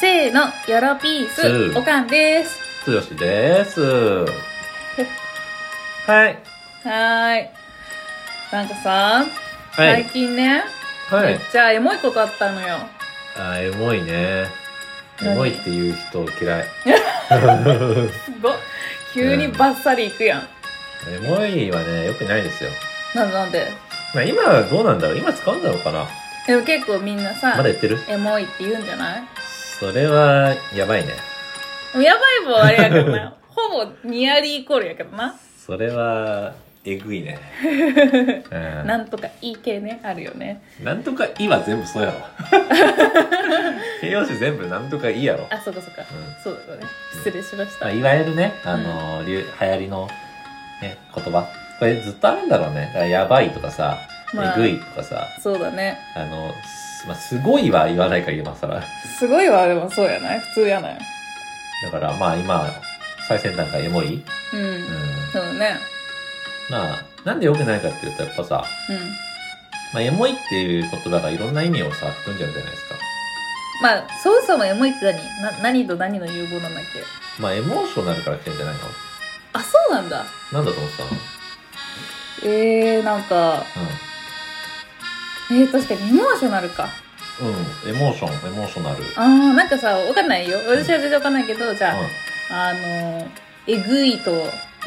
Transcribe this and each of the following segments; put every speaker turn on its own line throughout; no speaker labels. せーの、よろピー
う
ス、
ん
おかんです。
つよしです。はい。
はーい。なんかさ、
はい
最。近ね、
は
め
い
っ。ちゃエモいことあったのよ。
あ、エモいね。エ
何
モいっていう人嫌い。
すごっ急にバッサリいくやん。
エモいはね、良くないですよ。
なんでなんで
まあ今はどうなんだろう今使うんだろうかな
でも結構みんなさ
まだ、言ってる
エモいって言うんじゃない
それは、やばいね。
もうやばい棒あれやけど な。ほぼニアリーイコールやけどな。
それは、えぐいね。うん
なんとかいい系ね、あるよね。
なんとか「い」は全部そうやろ形容詞全部なんとか「い」やろ
あ、そうかそうか。
ん
そうだよね。失礼しました。
まあいわゆるね、あの流流行りの、ね、言葉これずっとあるんだろうねだからやばいとかさ、
まあ
えぐいとかさ
そうだね。
あの、すまあ、すごいは言わないから今更
すごいわ、でもそうやない普通やない
だからまあ今最先端がエモい、うん、
うん。そうだね。
まあなんで良くないかっていうとやっぱさ、
うん。
まあ、エモいっていう言葉がいろんな意味をさ含んじゃうじゃないですか
まあ、そもそもエモいって何な何と何の融合なんだっけ
まあエモーショナルから来てんじゃないの
あ、そうなんだ。
なんだと思ってたの
えー、なんか、えー、確かにエモーショナルか。
うん、うん、エモーションエモーショナル
あー、なんかさ、わかんないよ。私は全然わかんないけど、じゃ
うん
あ、あのー、えぐいと、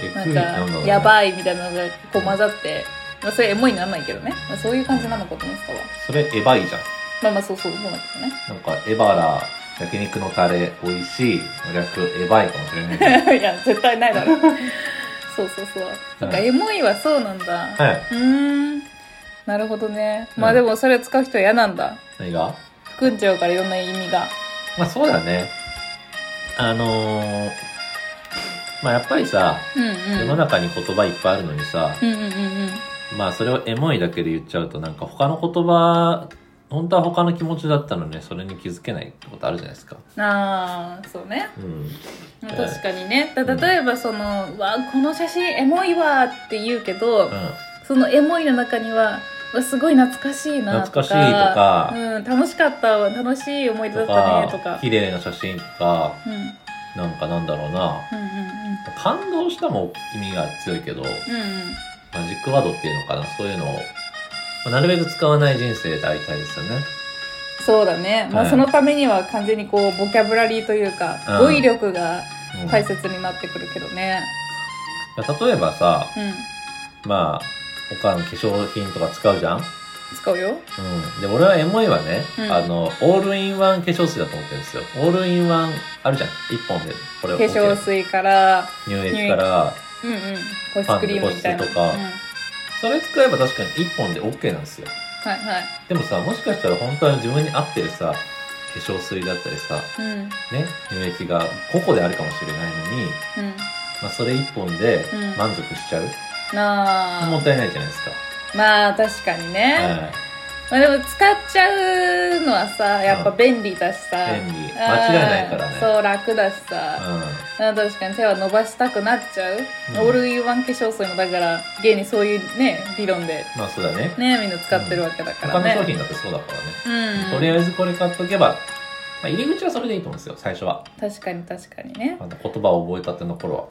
え
な
ぐ
ん
いなんだろう
か、
ね
やばいみたいなのがこう混ざって、まあ、それエモいにならないけどね。まあ、そういう感じなのかと思ってたわ。
それエヴァイじゃん
まあまあ、そうそう、そうなんだけどね。
なんかエバラ焼肉のタレ美味しい略エヴァイかもしれない け
いや、絶対ないだ ろ。そうそうそう。そっか、
うん
エモいはそうなんだ。
どはいう
ーん。なるほどね。まあ
うん
でもそれを使う人は嫌なんだ。
何が
含んじゃうからいろんな意味が。
まあそうだねあのー、まあやっぱりさ
うん
世
う
の
ん。
中に言葉いっぱいあるのにさ、
うんうんうんうん。
まあそれをエモいだけで言っちゃうとなんか他の言葉本当は他の気持ちだったのにそれに気づけないってことあるじゃないですか
ああ、そうね。
うん
確
ん
かにね。だ
うん
例えばその、うわこの写真エモいわーって言うけど、
うん
そのエモいの中には、うわすごい懐かしいなとか。
懐かしいとか
うん、楽しかったわ、楽しい思い出だ
と
ったねと
か
か。
綺麗な写真とか
うん、うん
なんかなんだろうな感動したも意味が強いけど、
うんうん。うんうん。
マジックワードっていうのかな、そういうのを、まあなるべく使わない人生でありたいですよね。
そうだね。まあ、
はい
そのためには完全にこう、ボキャブラリーというか、
うん
語彙力が
うん
大切になってくるけどね。
まあ例えばさ、
うん。
まあ、他の化粧品とか使うじゃんうん。
使うよ。
で、俺はエモいはね、
うん
あの、オールインワン化粧水だと思ってるんですよ。オールインワンあるじゃん。一本で。これ
化粧。水から、
OK 乳液から。
うんうん。保湿クリームみたいな。
ファンデ保湿とか
うん。はい
それ使えば確かに一本で OK なんですよ。
はい。
でもさ、もしかしたら本当は自分に合ってるさ、化粧水だったりさ、
うん。うん。
ね、乳液が個々であるかもしれないのに、まあ、それ一本で
うん
満足しちゃう、
な
も
あ
っ。たいないじゃないですか、
まあ、確かにね。
は
まあ、でも、使っちゃうのはさ、やっぱ
うん
便利だしさ。
い、便利間違いないからね
うんそう、楽だしさ。うん確かに手は伸ばしたくなっちゃう。
うん
オールインワン化粧水も、だから、現にそういうね、理論で
うんまあそうだね
ねみんな使ってるわけだから
他の
ね、
商品だってそうだからね、
うん
とりあえずこれ買っとけば、まあ、入り口はそれでいいと思うんですよ最初は
確かに確かにね
あの言葉を覚えたての頃は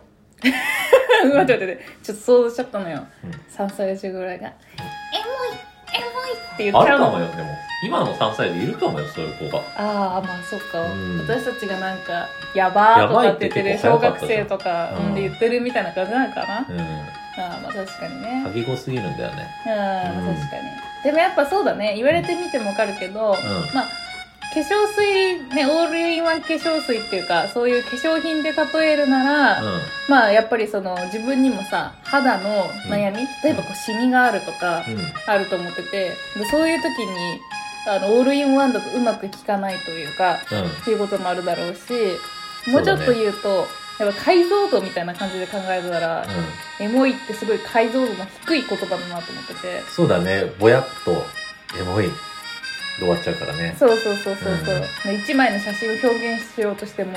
待って待って待ってちょっと想像しちゃったのよ、
うん
3歳児ぐらいが「エモいエモい」って言っ
あ
ちゃ
る
う
かも
の
よでも今の3歳でいるかもよそういう子が
ああまあそっか、
うん
私たちがなんか「やばー」とかって言って
やばいって
る
結構
小
早か
学
ったじゃ
生
ん
とか
うん
で言ってるみたいな感じなのかな、
うん
ああまあ確かにね
鍵語すぎるんだよね
うん、
うん
確かにでもやっぱそうだね言われてみてもわかるけど、まあ化粧水ねオールインワン化粧水っていうかそういう化粧品で例えるなら、
うん
まあやっぱりその自分にもさ肌の悩み、例えばこうシミがあるとか
うん
あると思っててでそういう時にあのオールインワンだとうまく効かないというか
うん
っていうこともあるだろうしも
そう
うちょ
だ
っ
ね
と言うとやっぱ解像度みたいな感じで考えたら、
うん、
エモいってすごい解像度の低い言葉だなと思ってて
そうだねぼやっとエモいで終わっちゃうからね
そうそうそうそう
うん
そう、一枚の写真を表現しようとしても、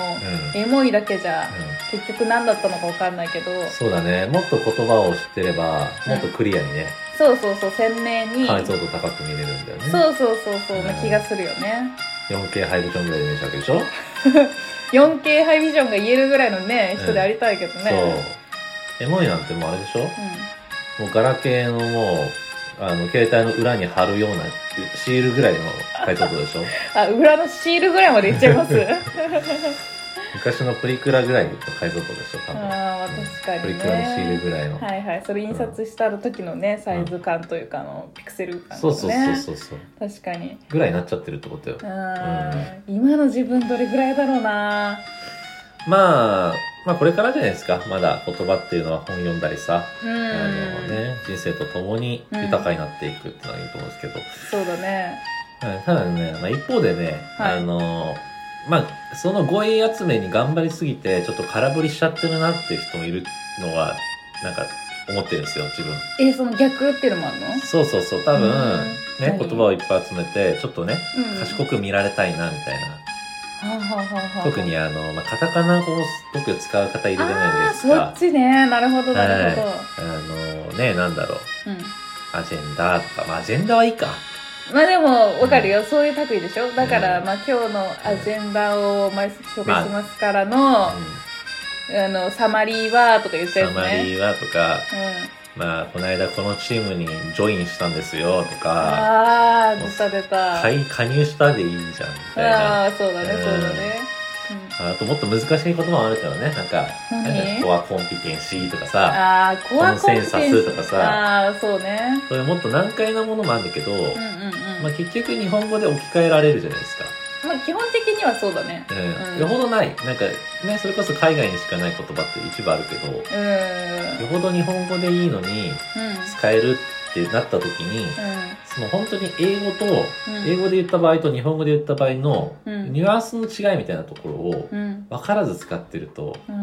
うん
エモいだけじゃ
うん
結局何だったのか分かんないけど
そうだね。もっと言葉を知ってれば、
うん
もっとクリアにね、
そうそうそう鮮明に
解像度高く見れるんだよね。
そうそうそうそうな
うん
気がするよね。
4K ハイビジョンぐらいで見えちゃうわけでしょ
4K ハイビジョンが言えるぐらいのね人でありたいけど
そう
ね、
エモいなんてもうあれでしょ
うん
もうガラケーのもうあの携帯の裏に貼るようなシールぐらいの解像度で しょ
あ裏のシールぐらいまでいっちゃいます
昔のプリクラぐらいの解像度でしょ多分
あー確かにね
プリクラのシールぐらいの、
はいはいそれ印刷した時のねサイズ感というかあのピクセル感
そ
とか
うそうそう
ね
そうそう
確かに
ぐらいになっちゃってるってことよ
あー今の自分どれぐらいだろうな
まあまあこれからじゃないですかまだ言葉っていうのは本読んだりさ、
うん
あのね、人生と共に豊かになっていくっていうのがいいと思うんですけど、
そうだね
はいただね、まあ、一方でね、
はい
あのまあその語彙集めに頑張りすぎてちょっと空振りしちゃってるなっていう人もいるのはなんか思ってるんですよ自分
えその逆っていうのもあるの
そうそうそう多分
うん
ね
何
言葉をいっぱい集めてちょっとね
うん
賢く見られたいなみたいな、
はあはあはあはあ
特にあの、まあ、カタカナ語をすごく使う方いるじゃない
あ
です
ーそ
か
っちねなるほどなるほど、
あのねなんだろう
うん
アジェンダとか、まあ、アジェンダはいいか
まあでもわかるよ、そういう類でしょだから、
うん
まあ今日のアジェンダをまあ紹介しますからの、
う
あのサマリーはとか言っ
ん
たや
サ
つ
マリ
ね
ーはとか
うん、
まあ、この間このチームにジョインしたんですよとか、
ああー出た出た、
加加入したでいいじゃんみたい
あ
な。
あそうだね、
うん
そうだね、うん、
あともっと難しい言葉もあるからね、なんか、
何
なんかコアコンピテンシーとかさ、
ああコアコン
コンセ
テ
ン
ン
サスとかさ
ああーそうね
そういうもっと難解なものもあるんだけど、
うんうんうん、
ま
ま
あ結局日本語で置き換えられるじゃないですか。
あ基本的にはそうだね
うん。
うん
よほどない。なんかね、それこそ海外にしかない言葉って一部あるけど、よ
うんうん
ほど日本語でいいのに使えるってなった時に、その本当に英語と、
うん
英語で言った場合と日本語で言った場合の、
うん
ニュアンスの違いみたいなところを
うんうん
分からず使ってると、
うん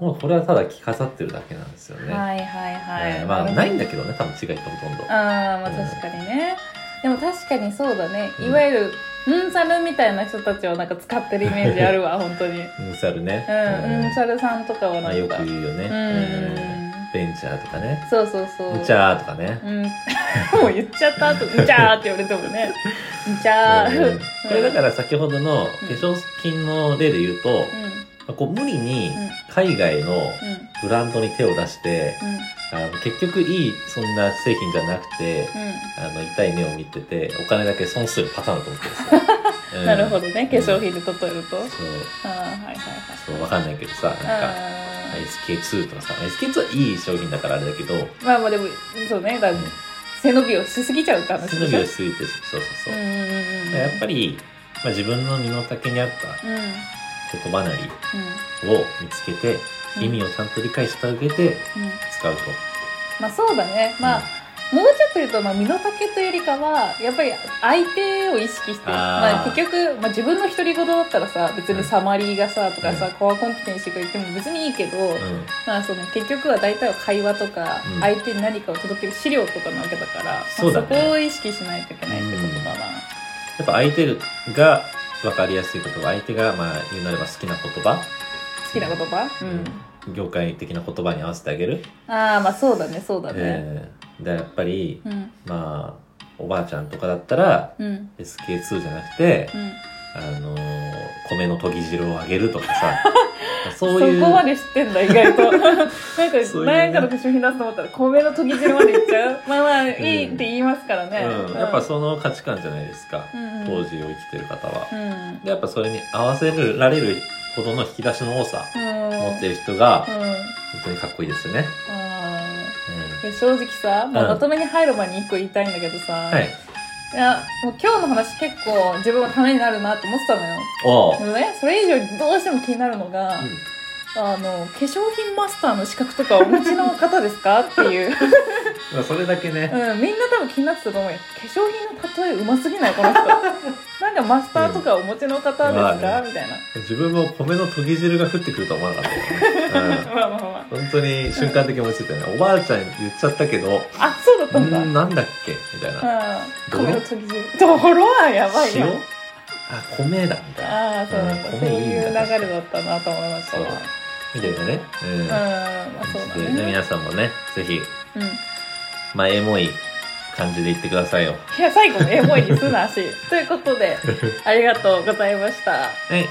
もうこれはただ着飾ってるだけなんですよね。
はいはいはい、
えーまあ、ないん
だ
だけどね、多分違いってほとんど。
ああまあ確かにね、でも確かにそうだねいわゆるうんさるみたいな人たちをなんか使ってるイメージある わ本当に
うん、サルね。
うんうんさるさんとかは
ま
な
あ、
ん
よく
か、
言うよね。
うん
えーベンチャーとかね。
そうそうそう
ムチャーとかね。
うん、もう言っちゃった後、うちゃーって言われてもね。うちゃ
う
ー。、
んこれだからら先ほどの化粧品の例で言うと、
うん、うん、
まあこう無理に
うん
海外のブランドに手を出して、あの結局いいそんな製品じゃなくて、
うん、
あの痛い目を見ててお金だけ損するパターンだと思ってるん ですよ、
うん。なるほ
ど
どね、化粧品で例えると。あ
そう
あ、はいはい
そうわかんないけどさなんか
はい。うん
SK2 とかさ SK2 はいい商品だからあれだけど
まあまあでも、そうね、だ背伸びをしすぎちゃうって話で
背
し
伸び
ょ
をしすぎてそうそうそうう、
んうんうんうん。
やっぱ
り。
り、まあ、自分の身の丈に合った
うん、うん
言葉なりを見つけて、
うん。
意味
を。
をちゃんと理解した上で
うん。
使うと
まあそうだね。まあ、もうちょっと言うと、まあ、身の丈というよりかは、やっぱり相手を意識してる。
あー
まあ結局、まあ自分の独り言だったらさ、別にサマリーがさ、とかさ、コアコンピテンシーが言っても別にいいけど、
うん、うん
まあその結局は大体は会話とか
うん、
相手に何かを届ける資料とかなわけだから、まあ
そうだ
そ
ね
こを意識しないといけないってことかな。
やっぱ相手が分かりやすい言葉相手がまあ言うなれば好きな言葉、
好きな言葉うん。
業界的な言葉に合わせてあげる、
ああ、まあそうだね、そうだね。
えーでやっぱり
うん。
まあおばあちゃんとかだったら
うん。
SK2 じゃなくて、
うん。
あのー米の研ぎ汁をあげるとかさそ う
そ
いう
こまで知ってんだ、意外 と。なんか、
そういうね
なんかの化粧品出すと思ったら、米の研ぎ汁までいっち ゃう。まあまあ、いいって言いますからね。
うん、やっぱその価値観じゃないですか、
うんうん
当時を生きてる方は、
うん。
でやっぱそれに合わせられるほどの引き出しの多さ
うん。
持って
る。
る人が
うん。あ
本当にかっこいいですよね、
ー
うん
いや正直さ、まあ
うん
まとめに入る前に一個言いたいんだけどさ、、
はいい
や、もう今日の話結構自分はためになるなって思ってたのよ。
おう
でもね、それ以上にどうしても気になるのが、
うん
あの、化粧品マスターの資格とかお持ちの方ですかっていう。
まあそれだけね、
うん、みんな多分気になってたと思うよ化粧品の例えうますぎないこの人なんかマスターとかお持ちの方です
うんまあ
か、
ね
みたいな
自分も米の研ぎ汁が降ってくるとは思わなかったからね、
まあまあまあ
うん、本当に瞬間的に思いついたよね、おばあちゃん言っちゃったけど
あそうだったんだ
んなんだっけみたい
う
な、
ん
泥
米の時汁泥はやばい
塩
よ
あ米だみたいな
ああそうなんだ、
うん
そう
米いい
い
ん
う
だ
流れだったなと思いました
そう
わうん
みたいなね、うん
まあそうだ
で
ね
皆さんもねぜひ
うん
まあエモい感じで言ってくださいよ。
いや、最後のエモいにすなし。ということで、ありがとうございました。
はい。